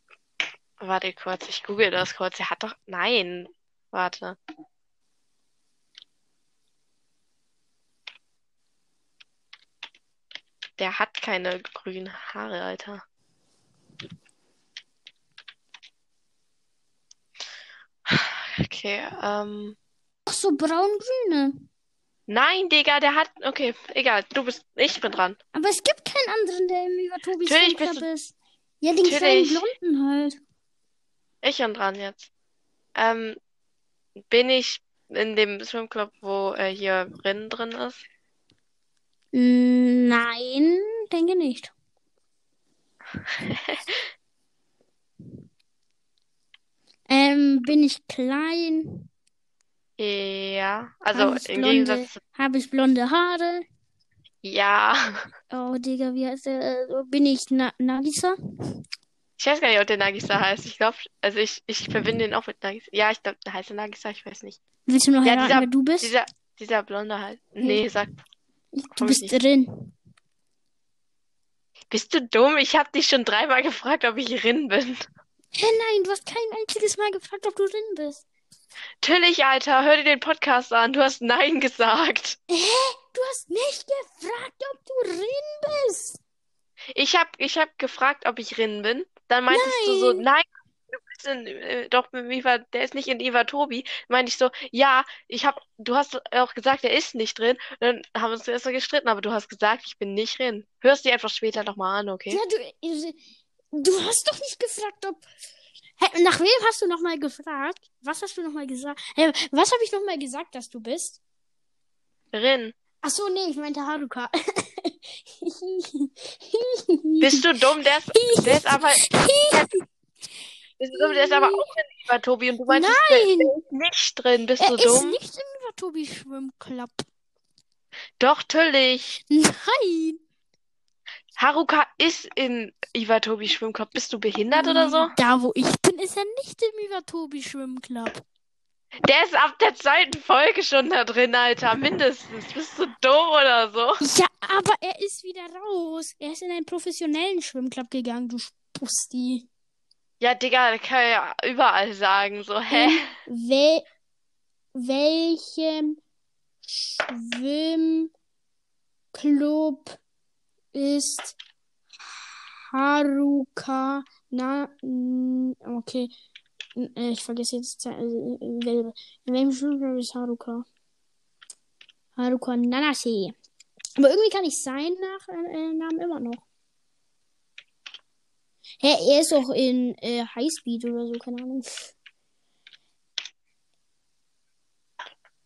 [SPEAKER 2] Warte kurz, ich google das kurz. Er hat doch, nein. Warte. Der hat keine grünen Haare, Alter. Okay, ähm,
[SPEAKER 1] so braun-grüne.
[SPEAKER 2] Nein, Digga, der hat. Okay, egal. Du bist. Ich bin dran.
[SPEAKER 1] Aber es gibt keinen anderen, der im über Tobis
[SPEAKER 2] Natürlich
[SPEAKER 1] Fanclub
[SPEAKER 2] bist du-
[SPEAKER 1] ist. Ja, den kleinen
[SPEAKER 2] Natürlich.
[SPEAKER 1] Blonden halt.
[SPEAKER 2] Ich bin dran jetzt. Ähm, bin ich in dem Swimclub, wo äh, hier Rin drin ist?
[SPEAKER 1] Mm, Nein, denke nicht. Ähm, bin ich klein?
[SPEAKER 2] Ja. Also
[SPEAKER 1] Habe ich
[SPEAKER 2] im
[SPEAKER 1] blonde-
[SPEAKER 2] Gegensatz zu.
[SPEAKER 1] Habe ich blonde Haare?
[SPEAKER 2] Ja.
[SPEAKER 1] Oh, Digga, wie heißt der? Äh, Bin ich Na Nagisa?
[SPEAKER 2] Ich weiß gar nicht, ob der Nagisa heißt. Ich glaube, also ich, ich verbinde ihn auch mit Nagisa. Ja, ich glaube, der heißt der Nagisa, ich weiß nicht.
[SPEAKER 1] Willst du noch
[SPEAKER 2] Ja,
[SPEAKER 1] erraten,
[SPEAKER 2] dieser-
[SPEAKER 1] wer du bist?
[SPEAKER 2] Dieser, dieser Blonde halt. Nee, sag,
[SPEAKER 1] du
[SPEAKER 2] komm ich
[SPEAKER 1] bist
[SPEAKER 2] nicht.
[SPEAKER 1] drin.
[SPEAKER 2] Bist du dumm? Ich habe dich schon dreimal gefragt, ob ich Rin bin.
[SPEAKER 1] Hä, nein, du hast kein einziges Mal gefragt, ob du drin bist.
[SPEAKER 2] Natürlich, Alter, hör dir den Podcast an. Du hast Nein gesagt.
[SPEAKER 1] Du hast nicht gefragt, ob du drin bist.
[SPEAKER 2] Ich hab, ich hab gefragt, ob ich Rin bin. Dann meintest du so,
[SPEAKER 1] Nein.
[SPEAKER 2] nein, du bist in, äh, doch mit Iva, der ist nicht in Iva Tobi. Meinte ich so, ja, ich hab, du hast auch gesagt, er ist nicht drin. Und dann haben wir uns erst mal gestritten, aber du hast gesagt, ich bin nicht Rin. Hörst dir einfach später nochmal an, okay?
[SPEAKER 1] Ja, du, äh, du hast doch nicht gefragt, ob. Hä, nach wem hast du nochmal gefragt? Was hast du nochmal gesagt? Hä, was habe ich nochmal gesagt, dass du bist?
[SPEAKER 2] Rin.
[SPEAKER 1] Ach so, nee, ich meinte Haruka.
[SPEAKER 2] Bist du dumm? Der ist, der ist aber, bist du dumm? Der ist aber auch in Iva Tobi und du meintest, der
[SPEAKER 1] Nein.
[SPEAKER 2] ist nicht drin. Bist
[SPEAKER 1] Er
[SPEAKER 2] du
[SPEAKER 1] ist
[SPEAKER 2] dumm?
[SPEAKER 1] nicht im Watobi Schwimmclub.
[SPEAKER 2] Doch, natürlich.
[SPEAKER 1] Nein.
[SPEAKER 2] Haruka ist in Iva Tobi Schwimmclub. Bist du behindert oder so?
[SPEAKER 1] Da, wo ich bin, ist er nicht im Iwatobi Schwimmclub.
[SPEAKER 2] Der ist ab der zweiten Folge schon da drin, Alter. Mindestens. Bist du dumm oder so?
[SPEAKER 1] Ja, aber er ist wieder raus. Er ist in einen professionellen Schwimmclub gegangen, du Spusti.
[SPEAKER 2] Ja, Digga, das kann ja überall sagen. So, hä?
[SPEAKER 1] In wel welchem Schwimmclub ist Haruka? Na, n- okay. N- äh, Ich vergesse jetzt. äh, wel- In welchem Schwimmclub ist Haruka? Haruka Nanase. Aber irgendwie kann ich seinen Nach äh, Namen immer noch. Hä, er ist auch in äh, Highspeed oder so, keine Ahnung.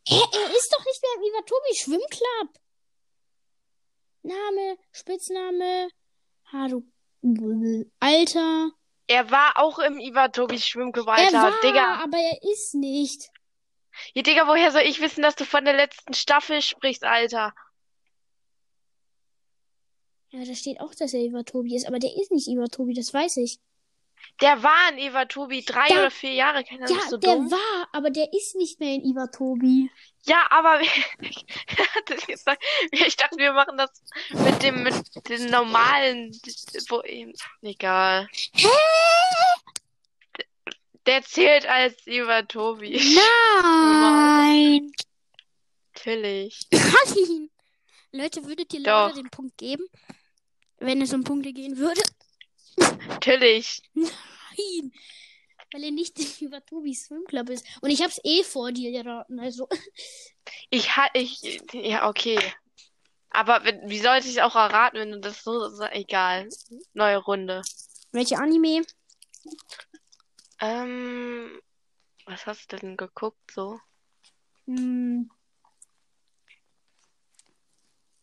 [SPEAKER 1] Hä, er ist doch nicht mehr im Iwatobi Schwimmclub. Name, Spitzname, Haru, Alter.
[SPEAKER 2] Er war auch im Iwatobi Schwimmclub,
[SPEAKER 1] Er
[SPEAKER 2] Alter.
[SPEAKER 1] war,
[SPEAKER 2] Digga.
[SPEAKER 1] aber er ist nicht.
[SPEAKER 2] Ja, Digga, woher soll ich wissen, dass du von der letzten Staffel sprichst, Alter?
[SPEAKER 1] Ja, da steht auch, dass er Iwatobi ist, aber der ist nicht Iwatobi, das weiß ich.
[SPEAKER 2] Der war in Iwatobi drei
[SPEAKER 1] Ja.
[SPEAKER 2] oder vier Jahre. Keine Ahnung,
[SPEAKER 1] ja,
[SPEAKER 2] bist du
[SPEAKER 1] der
[SPEAKER 2] dumm?
[SPEAKER 1] war, aber der ist nicht mehr in Iwatobi.
[SPEAKER 2] Ja, aber wer hat das gesagt? Ich dachte, wir machen das mit dem, mit den normalen, wo, egal. Der zählt als über Tobi.
[SPEAKER 1] Nein!
[SPEAKER 2] Natürlich.
[SPEAKER 1] Nein! Leute, würdet ihr Laura
[SPEAKER 2] Doch.
[SPEAKER 1] den Punkt geben, wenn es um Punkte gehen würde?
[SPEAKER 2] Natürlich.
[SPEAKER 1] Nein! Weil er nicht über Tobis Swimclub ist. Und ich hab's eh vor dir geraten. Also,
[SPEAKER 2] Ich ha, ich, ja, okay. Aber wenn, wie sollte ich es auch erraten, wenn du das so, so, egal. Neue Runde.
[SPEAKER 1] welche Anime?
[SPEAKER 2] Ähm, was hast du denn geguckt so?
[SPEAKER 1] Hm.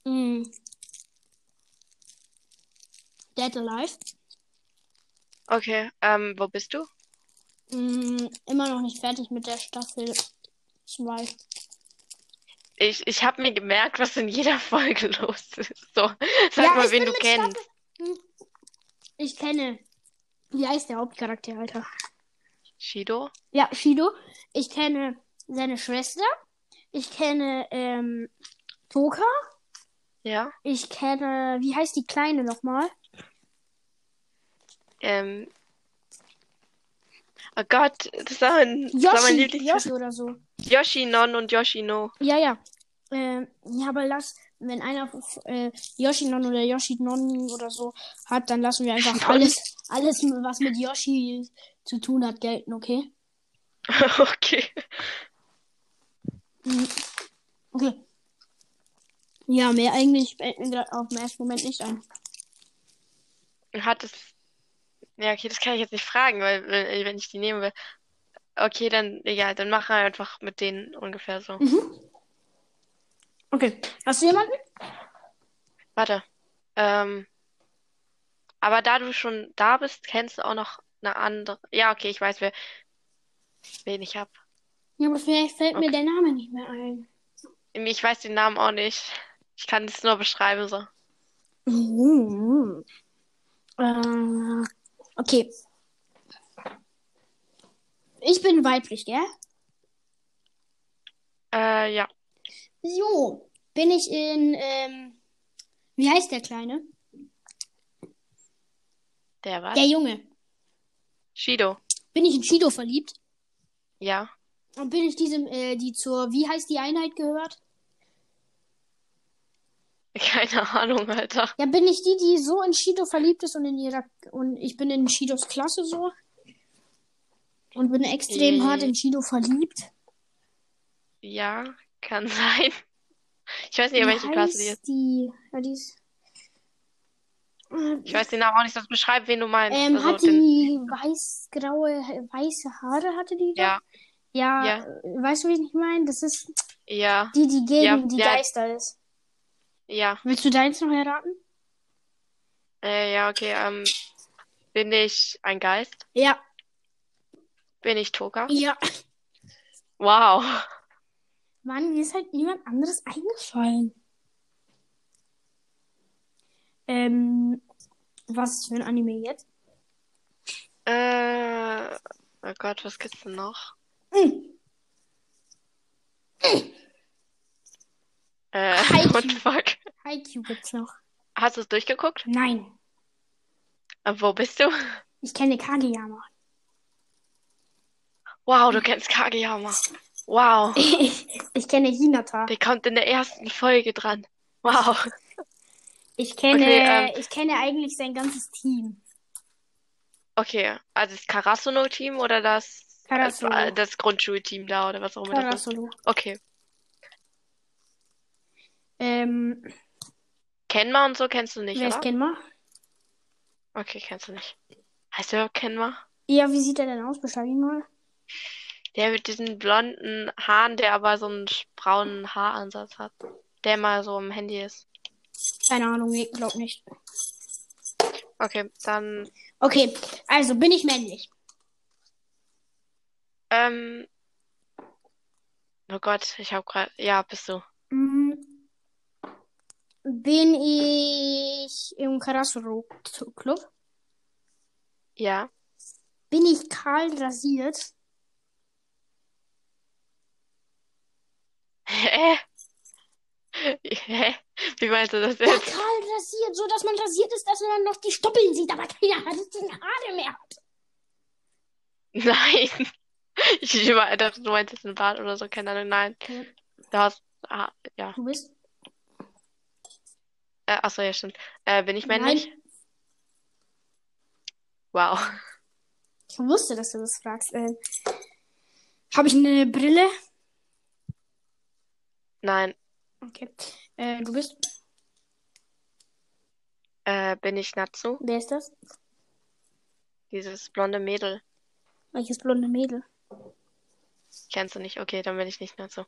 [SPEAKER 1] Hm. Dead Alive.
[SPEAKER 2] Okay, ähm, wo bist du?
[SPEAKER 1] Hm, immer noch nicht fertig mit der Staffel 2.
[SPEAKER 2] Ich, ich habe mir gemerkt, was in jeder Folge los ist. So, sag
[SPEAKER 1] Ja,
[SPEAKER 2] mal,
[SPEAKER 1] ich
[SPEAKER 2] wen
[SPEAKER 1] bin
[SPEAKER 2] du
[SPEAKER 1] mit
[SPEAKER 2] kennst.
[SPEAKER 1] Hm. Ich kenne. Wie heißt der Hauptcharakter, Alter?
[SPEAKER 2] Shido?
[SPEAKER 1] Ja, Shido. Ich kenne seine Schwester. Ich kenne ähm, Toka.
[SPEAKER 2] Ja.
[SPEAKER 1] Ich kenne, wie heißt die Kleine nochmal?
[SPEAKER 2] Ähm. Oh Gott, das war mein, das war mein
[SPEAKER 1] Yoshi,
[SPEAKER 2] Lieblings.
[SPEAKER 1] Yoshi oder so.
[SPEAKER 2] Yoshinon und Yoshino.
[SPEAKER 1] Ja, ja. Ähm, ja, aber lass, wenn einer äh, Yoshinon oder Yoshinon oder so hat, dann lassen wir einfach alles, alles, was mit Yoshi zu tun hat, gelten, okay?
[SPEAKER 2] Okay.
[SPEAKER 1] Mhm. Okay. Ja, mehr eigentlich fällt mir grad auf den ersten Moment nicht ein.
[SPEAKER 2] Hat es. Ja, okay, das kann ich jetzt nicht fragen, weil wenn wenn ich die nehmen will. Okay, dann egal, dann machen wir einfach mit denen ungefähr so.
[SPEAKER 1] Okay. Hast du jemanden?
[SPEAKER 2] Warte. Ähm, aber da du schon da bist, kennst du auch noch eine andere. Ja, okay, ich weiß, wer, wen ich hab.
[SPEAKER 1] Ja, aber vielleicht fällt mir
[SPEAKER 2] Okay.
[SPEAKER 1] der Name nicht mehr ein.
[SPEAKER 2] Ich weiß den Namen auch nicht. Ich kann es nur beschreiben so.
[SPEAKER 1] Mhm. Äh, okay. Ich bin weiblich, gell?
[SPEAKER 2] Äh, ja.
[SPEAKER 1] So, bin ich in, ähm, wie heißt der Kleine?
[SPEAKER 2] Der was?
[SPEAKER 1] Der Junge.
[SPEAKER 2] Shido.
[SPEAKER 1] Bin ich in Shido verliebt?
[SPEAKER 2] Ja.
[SPEAKER 1] Und bin ich diesem, äh, die zur, wie heißt die Einheit gehört?
[SPEAKER 2] Keine Ahnung, Alter.
[SPEAKER 1] Ja, bin ich die, die so in Shido verliebt ist und in ihrer, und ich bin in Shidos Klasse so. Und bin extrem
[SPEAKER 2] Mhm.
[SPEAKER 1] hart in Shido verliebt.
[SPEAKER 2] Ja, kann sein. Ich weiß nicht,
[SPEAKER 1] Wie
[SPEAKER 2] welche Klasse die ist.
[SPEAKER 1] heißt die? Ja, die ist.
[SPEAKER 2] Ich weiß den Namen auch nicht, sonst beschreib, wen du meinst.
[SPEAKER 1] Ähm,
[SPEAKER 2] Also
[SPEAKER 1] hat
[SPEAKER 2] den,
[SPEAKER 1] die weiß-graue, weiße Haare, hatte die doch?
[SPEAKER 2] ja,
[SPEAKER 1] Ja,
[SPEAKER 2] Ja.
[SPEAKER 1] äh, weißt du, wie ich meine? Das ist
[SPEAKER 2] ja,
[SPEAKER 1] die, die gegen
[SPEAKER 2] Ja,
[SPEAKER 1] die
[SPEAKER 2] ja.
[SPEAKER 1] Geister ist.
[SPEAKER 2] ja.
[SPEAKER 1] Willst du deins noch erraten?
[SPEAKER 2] Äh, ja, okay. Ähm, bin ich ein Geist?
[SPEAKER 1] Ja,
[SPEAKER 2] Bin ich Toka?
[SPEAKER 1] ja.
[SPEAKER 2] Wow.
[SPEAKER 1] Mann, mir ist halt niemand anderes eingefallen. Ähm, was ist für ein Anime jetzt?
[SPEAKER 2] Äh, oh Gott, was gibt's denn noch?
[SPEAKER 1] Hm.
[SPEAKER 2] Äh,
[SPEAKER 1] Haiku.
[SPEAKER 2] what the fuck?
[SPEAKER 1] Haikyuu gibt's noch.
[SPEAKER 2] Hast du es durchgeguckt?
[SPEAKER 1] Nein,
[SPEAKER 2] Äh, wo bist du?
[SPEAKER 1] ich kenne Kageyama.
[SPEAKER 2] Wow, du kennst Kageyama. Wow,
[SPEAKER 1] Ich, ich kenne Hinata.
[SPEAKER 2] der kommt in der ersten Folge dran. Wow.
[SPEAKER 1] Ich kenne,
[SPEAKER 2] Okay, ähm.
[SPEAKER 1] ich kenne eigentlich sein ganzes Team.
[SPEAKER 2] Okay, also das Karasuno-Team oder das,
[SPEAKER 1] Karasuno.
[SPEAKER 2] äh, das Grundschulteam da oder was auch immer das ist?
[SPEAKER 1] Karasuno.
[SPEAKER 2] Okay.
[SPEAKER 1] Ähm,
[SPEAKER 2] Kenma und so kennst du nicht,
[SPEAKER 1] wer
[SPEAKER 2] oder?
[SPEAKER 1] ist Kenma?
[SPEAKER 2] Okay, kennst du nicht. Heißt der überhaupt Kenma?
[SPEAKER 1] Ja, wie sieht er denn aus? Beschreib ihn mal.
[SPEAKER 2] Der mit diesen blonden Haaren, der aber so einen sch- braunen Haaransatz hat. Der mal so im Handy ist.
[SPEAKER 1] Keine Ahnung, ich glaub nicht.
[SPEAKER 2] Okay, dann,
[SPEAKER 1] Okay, also bin ich männlich.
[SPEAKER 2] ähm, oh Gott, ich hab grad, ja, bist du.
[SPEAKER 1] Mm, Bin ich im Karasuro Club?
[SPEAKER 2] Ja,
[SPEAKER 1] Bin ich kahl rasiert?
[SPEAKER 2] Hä? Hä? Wie meinst du das
[SPEAKER 1] Ja,
[SPEAKER 2] jetzt?
[SPEAKER 1] kahl rasiert, so dass man rasiert ist, dass man noch die Stoppeln sieht, aber keine richtigen Haare mehr hat.
[SPEAKER 2] Nein. Ich über- dachte, du meinst jetzt einen Bart oder so, keine Ahnung, nein.
[SPEAKER 1] Okay,
[SPEAKER 2] Du hast, ah, ja.
[SPEAKER 1] du bist?
[SPEAKER 2] Äh, achso, ja, stimmt. Äh, bin ich männlich?
[SPEAKER 1] Nein,
[SPEAKER 2] Wow.
[SPEAKER 1] ich wusste, dass du das fragst. Äh, Habe ich eine Brille?
[SPEAKER 2] Nein.
[SPEAKER 1] Okay. Äh, du bist?
[SPEAKER 2] Äh, bin ich Natsu?
[SPEAKER 1] Wer ist das?
[SPEAKER 2] Dieses blonde Mädel.
[SPEAKER 1] Welches blonde Mädel?
[SPEAKER 2] Kennst du nicht? Okay, dann bin ich nicht Natsu.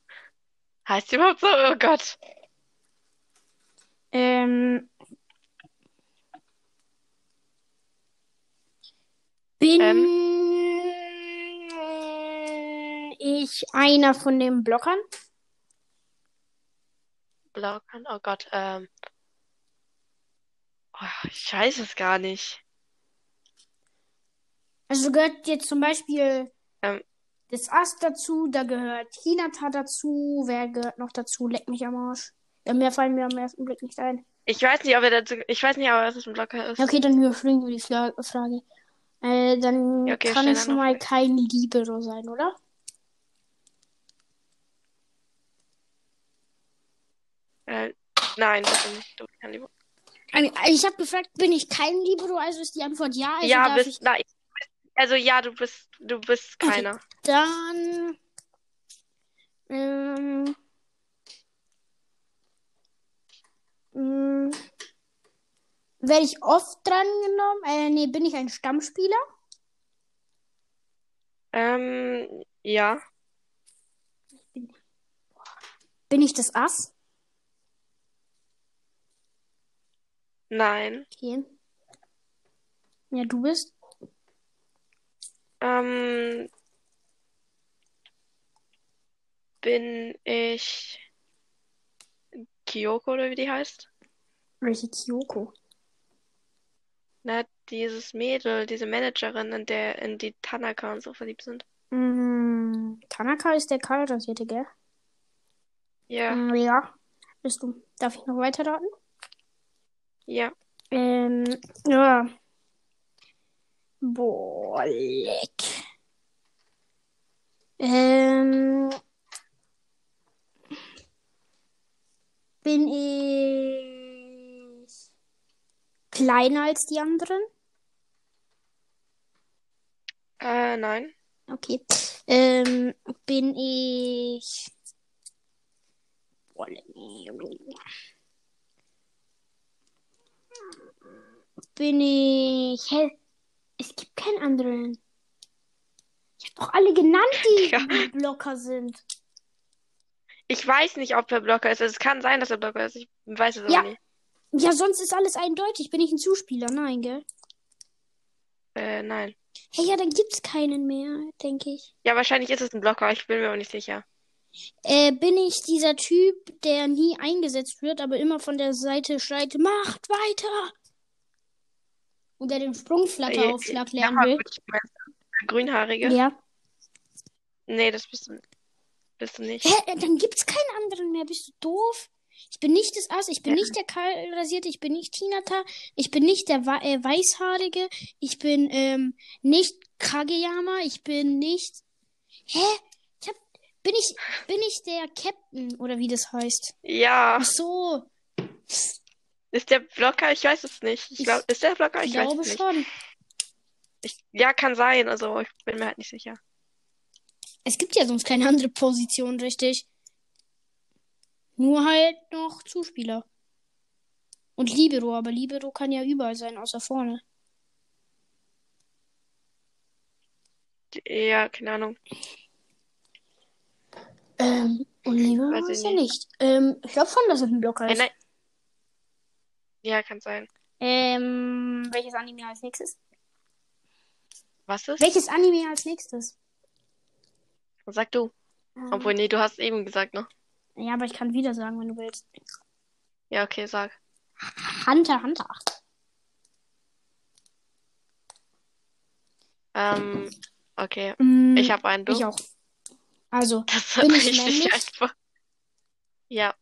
[SPEAKER 2] Heißt die überhaupt so? Oh Gott.
[SPEAKER 1] Ähm. Bin
[SPEAKER 2] Ähm.
[SPEAKER 1] ich einer von den Blockern?
[SPEAKER 2] Blaukan? Oh Gott. Ähm. Oh, ich weiß es gar nicht.
[SPEAKER 1] Also gehört jetzt zum Beispiel
[SPEAKER 2] Ähm.
[SPEAKER 1] das Ast dazu, da gehört Hinata dazu, wer gehört noch dazu? Leck mich am Arsch. Ja, mehr fallen mir am ersten Blick nicht ein.
[SPEAKER 2] Ich weiß nicht, ob er dazu. Ich weiß nicht, ob es ein Blocker ist.
[SPEAKER 1] Ja, Okay, dann überspringen wir die Fla- Frage. Äh, dann
[SPEAKER 2] Ja, okay,
[SPEAKER 1] kann
[SPEAKER 2] stell
[SPEAKER 1] es
[SPEAKER 2] eine
[SPEAKER 1] schon
[SPEAKER 2] andere
[SPEAKER 1] mal kein Libero sein, oder?
[SPEAKER 2] Äh, nein, das bin ich. Du kein Lieber.
[SPEAKER 1] Ich habe gefragt, bin ich kein Libero? Also ist die Antwort ja. Also
[SPEAKER 2] ja,
[SPEAKER 1] darf
[SPEAKER 2] bist.
[SPEAKER 1] ich
[SPEAKER 2] Nein. Also ja, du bist. Du bist keiner.
[SPEAKER 1] Dann. Ähm. Mm. Werde ich oft drangenommen? Äh, nee, bin ich ein Stammspieler?
[SPEAKER 2] Ähm, ja.
[SPEAKER 1] Bin ich das Ass?
[SPEAKER 2] Nein.
[SPEAKER 1] Okay. Ja, du bist.
[SPEAKER 2] Ähm, bin ich Kyoko oder wie die heißt?
[SPEAKER 1] Welche Kyoko?
[SPEAKER 2] Na, dieses Mädel, diese Managerin, in der, in die Tanaka und so verliebt sind.
[SPEAKER 1] Mm, Tanaka ist der Karate, gell?
[SPEAKER 2] Ja,
[SPEAKER 1] Mm, ja. Bist du. Darf ich noch weiter raten?
[SPEAKER 2] ja.
[SPEAKER 1] Ähm, ja. Boah, leck. Ähm. Bin ich kleiner als die anderen?
[SPEAKER 2] Äh, nein.
[SPEAKER 1] Okay. Ähm, bin ich. Boah, leck mich. Bin ich. Hä? Es gibt keinen anderen. Ich hab doch alle genannt, die
[SPEAKER 2] Ja.
[SPEAKER 1] Blocker sind.
[SPEAKER 2] Ich weiß nicht, ob er Blocker ist. Also, es kann sein, dass er Blocker ist. Ich weiß es aber
[SPEAKER 1] Ja.
[SPEAKER 2] nicht.
[SPEAKER 1] Ja, sonst ist alles eindeutig. Bin ich ein Zuspieler? Nein, gell?
[SPEAKER 2] Äh, nein.
[SPEAKER 1] Hey, ja, dann gibt's keinen mehr, denke ich.
[SPEAKER 2] Ja, wahrscheinlich ist es ein Blocker. Ich bin mir auch nicht sicher.
[SPEAKER 1] Äh, bin ich dieser Typ, der nie eingesetzt wird, aber immer von der Seite schreit, macht weiter! Und der den Sprungflatteraufschlag
[SPEAKER 2] Äh, Ja,
[SPEAKER 1] lernen will.
[SPEAKER 2] ich weiß. Der Grünhaarige?
[SPEAKER 1] Ja.
[SPEAKER 2] Nee, das bist du, bist du nicht.
[SPEAKER 1] Hä, äh, dann gibt's keinen anderen mehr. Bist du doof? Ich bin nicht das Ass, ich bin
[SPEAKER 2] Ja.
[SPEAKER 1] nicht der Kahlrasierte, ich bin nicht Hinata, ich bin nicht der Wa äh, Weißhaarige, ich bin ähm, nicht Kageyama, ich bin nicht. Hä? Ich hab, bin ich bin ich der Captain oder wie das heißt?
[SPEAKER 2] Ja.
[SPEAKER 1] Ach so,
[SPEAKER 2] Ist der Blocker? Ich weiß es nicht. Ich glaube, ist der Blocker?
[SPEAKER 1] ich
[SPEAKER 2] Ich weiß
[SPEAKER 1] glaube
[SPEAKER 2] es nicht.
[SPEAKER 1] schon.
[SPEAKER 2] Ich, ja, kann sein. Also, ich bin mir halt nicht sicher.
[SPEAKER 1] Es gibt ja sonst keine andere Position, richtig? Nur halt noch Zuspieler. Und Libero, aber Libero kann ja überall sein, außer vorne.
[SPEAKER 2] Ja, keine Ahnung.
[SPEAKER 1] Ähm, und Leo
[SPEAKER 2] Weiß ich
[SPEAKER 1] ist er nicht. Ähm, ich glaube schon, dass es ein Blocker
[SPEAKER 2] Äh,
[SPEAKER 1] ist.
[SPEAKER 2] nein. Ja, kann sein.
[SPEAKER 1] Ähm, welches Anime als nächstes?
[SPEAKER 2] Was ist?
[SPEAKER 1] Welches Anime als nächstes?
[SPEAKER 2] Sag du.
[SPEAKER 1] Ähm,
[SPEAKER 2] Obwohl, nee, du hast eben gesagt, ne?
[SPEAKER 1] Ja, aber ich kann wieder sagen, wenn du willst.
[SPEAKER 2] Ja, okay, sag.
[SPEAKER 1] Hunter, x Hunter.
[SPEAKER 2] Ähm, okay.
[SPEAKER 1] Mm,
[SPEAKER 2] Ich habe einen, du.
[SPEAKER 1] Ich auch. Also,
[SPEAKER 2] Das
[SPEAKER 1] Bin ich
[SPEAKER 2] ist richtig
[SPEAKER 1] männlich?
[SPEAKER 2] einfach. Ja,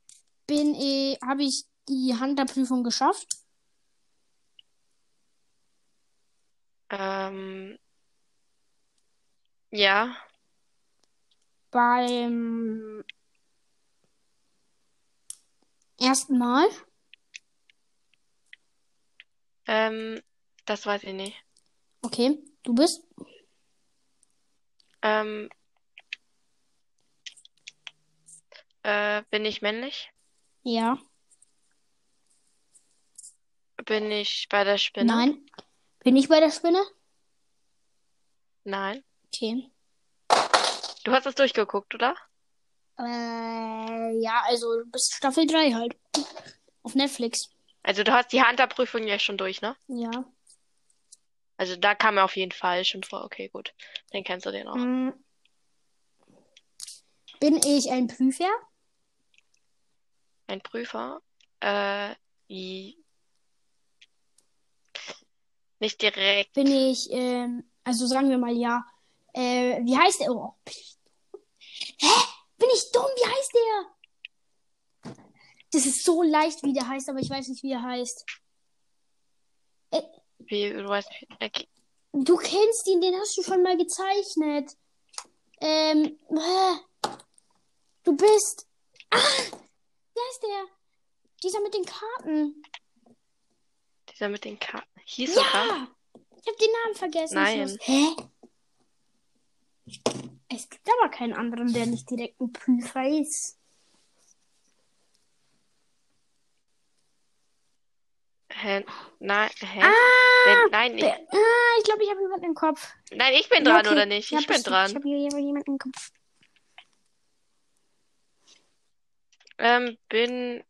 [SPEAKER 1] bin ich, habe ich die Hunter-Prüfung geschafft?
[SPEAKER 2] ähm, ja,
[SPEAKER 1] Beim ersten Mal?
[SPEAKER 2] ähm, das weiß ich nicht.
[SPEAKER 1] Okay, du bist?
[SPEAKER 2] Ähm, äh, bin ich männlich?
[SPEAKER 1] Ja.
[SPEAKER 2] Bin ich bei der Spinne?
[SPEAKER 1] Nein. Bin ich bei der Spinne?
[SPEAKER 2] Nein.
[SPEAKER 1] Okay.
[SPEAKER 2] Du hast es durchgeguckt, oder?
[SPEAKER 1] Äh, ja, also bis Staffel 3 halt. Auf Netflix.
[SPEAKER 2] Also du hast die Hunter-Prüfung ja schon durch, ne?
[SPEAKER 1] Ja.
[SPEAKER 2] Also da kam er auf jeden Fall schon vor. Okay, gut. Dann kennst du den auch.
[SPEAKER 1] Mm. Bin ich ein Prüfer?
[SPEAKER 2] Ein Prüfer? Äh, i- nicht direkt.
[SPEAKER 1] Bin ich, ähm, also sagen wir mal ja. Äh, wie heißt der? Oh, bin ich dumm? Hä? Bin ich dumm? Wie heißt der? Das ist so leicht, wie der heißt, aber ich weiß nicht, wie er heißt.
[SPEAKER 2] Wie, du weißt, äh, okay.
[SPEAKER 1] Du kennst ihn, den hast du schon mal gezeichnet. Ähm, äh, du bist. Ah, wie heißt der? Dieser mit den Karten.
[SPEAKER 2] Dieser mit den Karten. Hieß
[SPEAKER 1] Ja!
[SPEAKER 2] sogar.
[SPEAKER 1] Ich habe den Namen vergessen. Ich
[SPEAKER 2] Nein.
[SPEAKER 1] muss- Hä? Es gibt aber keinen anderen, der nicht direkt ein Prüfer ist.
[SPEAKER 2] Hä? Nein, hä?
[SPEAKER 1] Ah,
[SPEAKER 2] Denn- nein, ich,
[SPEAKER 1] Bär- ah ich glaube, ich habe jemanden im Kopf.
[SPEAKER 2] nein, ich bin
[SPEAKER 1] Ja,
[SPEAKER 2] dran,
[SPEAKER 1] okay.
[SPEAKER 2] oder nicht?
[SPEAKER 1] Ja,
[SPEAKER 2] Ich bin
[SPEAKER 1] bestimmt. Ich
[SPEAKER 2] dran.
[SPEAKER 1] habe hier jemanden im Kopf.
[SPEAKER 2] Ähm, bin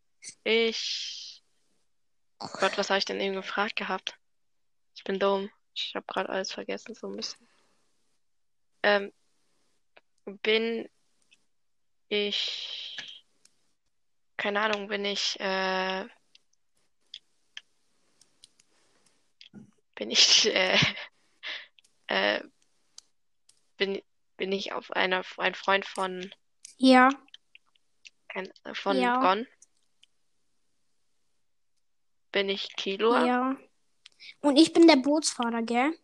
[SPEAKER 2] ich. Gott, was habe ich denn eben gefragt gehabt? Ich bin dumm. Ich habe gerade alles vergessen, so ein bisschen. Ähm, bin ich. Keine Ahnung, bin ich. Äh, bin ich. Äh, äh, bin, bin ich auf einer, ein Freund von.
[SPEAKER 1] Ja.
[SPEAKER 2] Kein, äh, von
[SPEAKER 1] Ja.
[SPEAKER 2] Gon. Bin ich Kilua?
[SPEAKER 1] Ja. Und ich bin der Bootsfahrer, gell?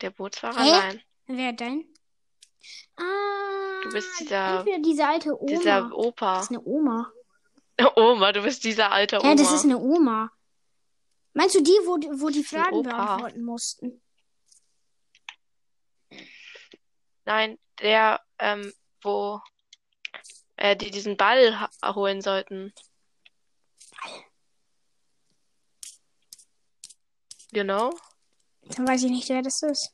[SPEAKER 2] Der Bootsfahrer?
[SPEAKER 1] Hä?
[SPEAKER 2] Nein.
[SPEAKER 1] Wer denn? Ah,
[SPEAKER 2] Du bist dieser-
[SPEAKER 1] entweder diese alte Oma.
[SPEAKER 2] Dieser
[SPEAKER 1] Das
[SPEAKER 2] Opa.
[SPEAKER 1] ist eine Oma.
[SPEAKER 2] Oma, du bist dieser alte
[SPEAKER 1] Hä, das
[SPEAKER 2] Oma.
[SPEAKER 1] ist eine Oma. Meinst du die, wo, die- wo die
[SPEAKER 2] ist ein
[SPEAKER 1] Fragen
[SPEAKER 2] Opa.
[SPEAKER 1] beantworten mussten?
[SPEAKER 2] Nein, der, ähm, wo äh, die diesen Ball ha- holen sollten. You know?
[SPEAKER 1] Dann weiß ich nicht, wer das ist.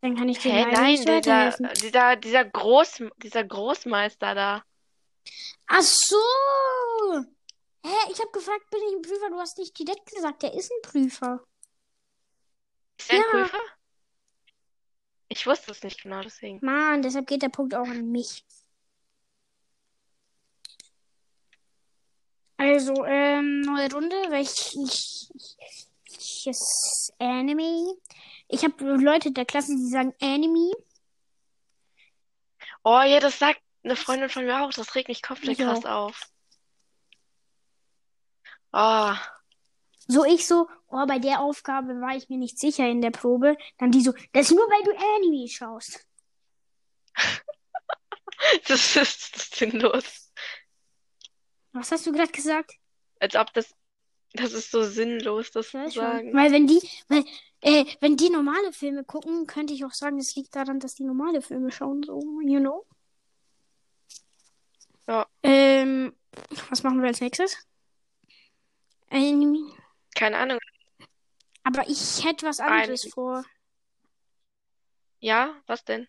[SPEAKER 1] Dann kann ich dir
[SPEAKER 2] Hä,
[SPEAKER 1] leider
[SPEAKER 2] nein,
[SPEAKER 1] nicht
[SPEAKER 2] dieser,
[SPEAKER 1] weiterhelfen.
[SPEAKER 2] dieser, dieser Groß, dieser Großmeister da.
[SPEAKER 1] Ach so! Hä, ich habe gefragt, bin ich ein Prüfer? Du hast nicht direkt gesagt, der ist ein Prüfer.
[SPEAKER 2] Ist der ein
[SPEAKER 1] Ja.
[SPEAKER 2] Prüfer? Ich wusste es nicht genau, deswegen.
[SPEAKER 1] Mann, deshalb geht der Punkt auch an mich. Also, ähm, neue Runde, welches Anime? Ich habe Leute der Klasse, die sagen Anime.
[SPEAKER 2] Oh ja, das sagt eine Freundin von mir auch. Das regt mich komplett
[SPEAKER 1] Mich
[SPEAKER 2] krass auf. Ah,
[SPEAKER 1] So ich so, oh, bei der Aufgabe war ich mir nicht sicher in der Probe. Dann die so, das ist nur, weil du Anime schaust.
[SPEAKER 2] das ist, das ist sinnlos.
[SPEAKER 1] Was hast du gerade gesagt?
[SPEAKER 2] Als ob das, das ist so sinnlos, das
[SPEAKER 1] Ich
[SPEAKER 2] zu
[SPEAKER 1] weiß schon.
[SPEAKER 2] sagen.
[SPEAKER 1] Weil wenn die, weil, äh, wenn die normale Filme gucken, könnte ich auch sagen, es liegt daran, dass die normale Filme schauen, so, you know.
[SPEAKER 2] Ja.
[SPEAKER 1] Ähm, was machen wir als nächstes? Anime.
[SPEAKER 2] Keine Ahnung.
[SPEAKER 1] Aber ich hätte was anderes vor.
[SPEAKER 2] Ja, was denn?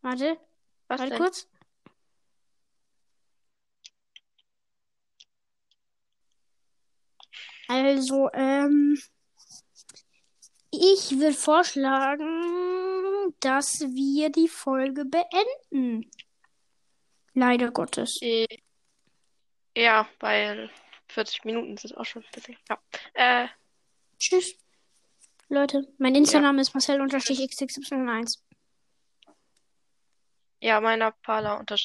[SPEAKER 1] Warte,
[SPEAKER 2] Was
[SPEAKER 1] warte
[SPEAKER 2] denn?
[SPEAKER 1] kurz. Also, ähm, ich würde vorschlagen, dass wir die Folge beenden. Leider Gottes.
[SPEAKER 2] Äh, Ja, weil 40 Minuten sind auch schon ein bisschen. Ja. Äh,
[SPEAKER 1] Tschüss. Leute, mein Insta-Name ist Marcel-XXY1.
[SPEAKER 2] ja, meiner Parler unterstützt.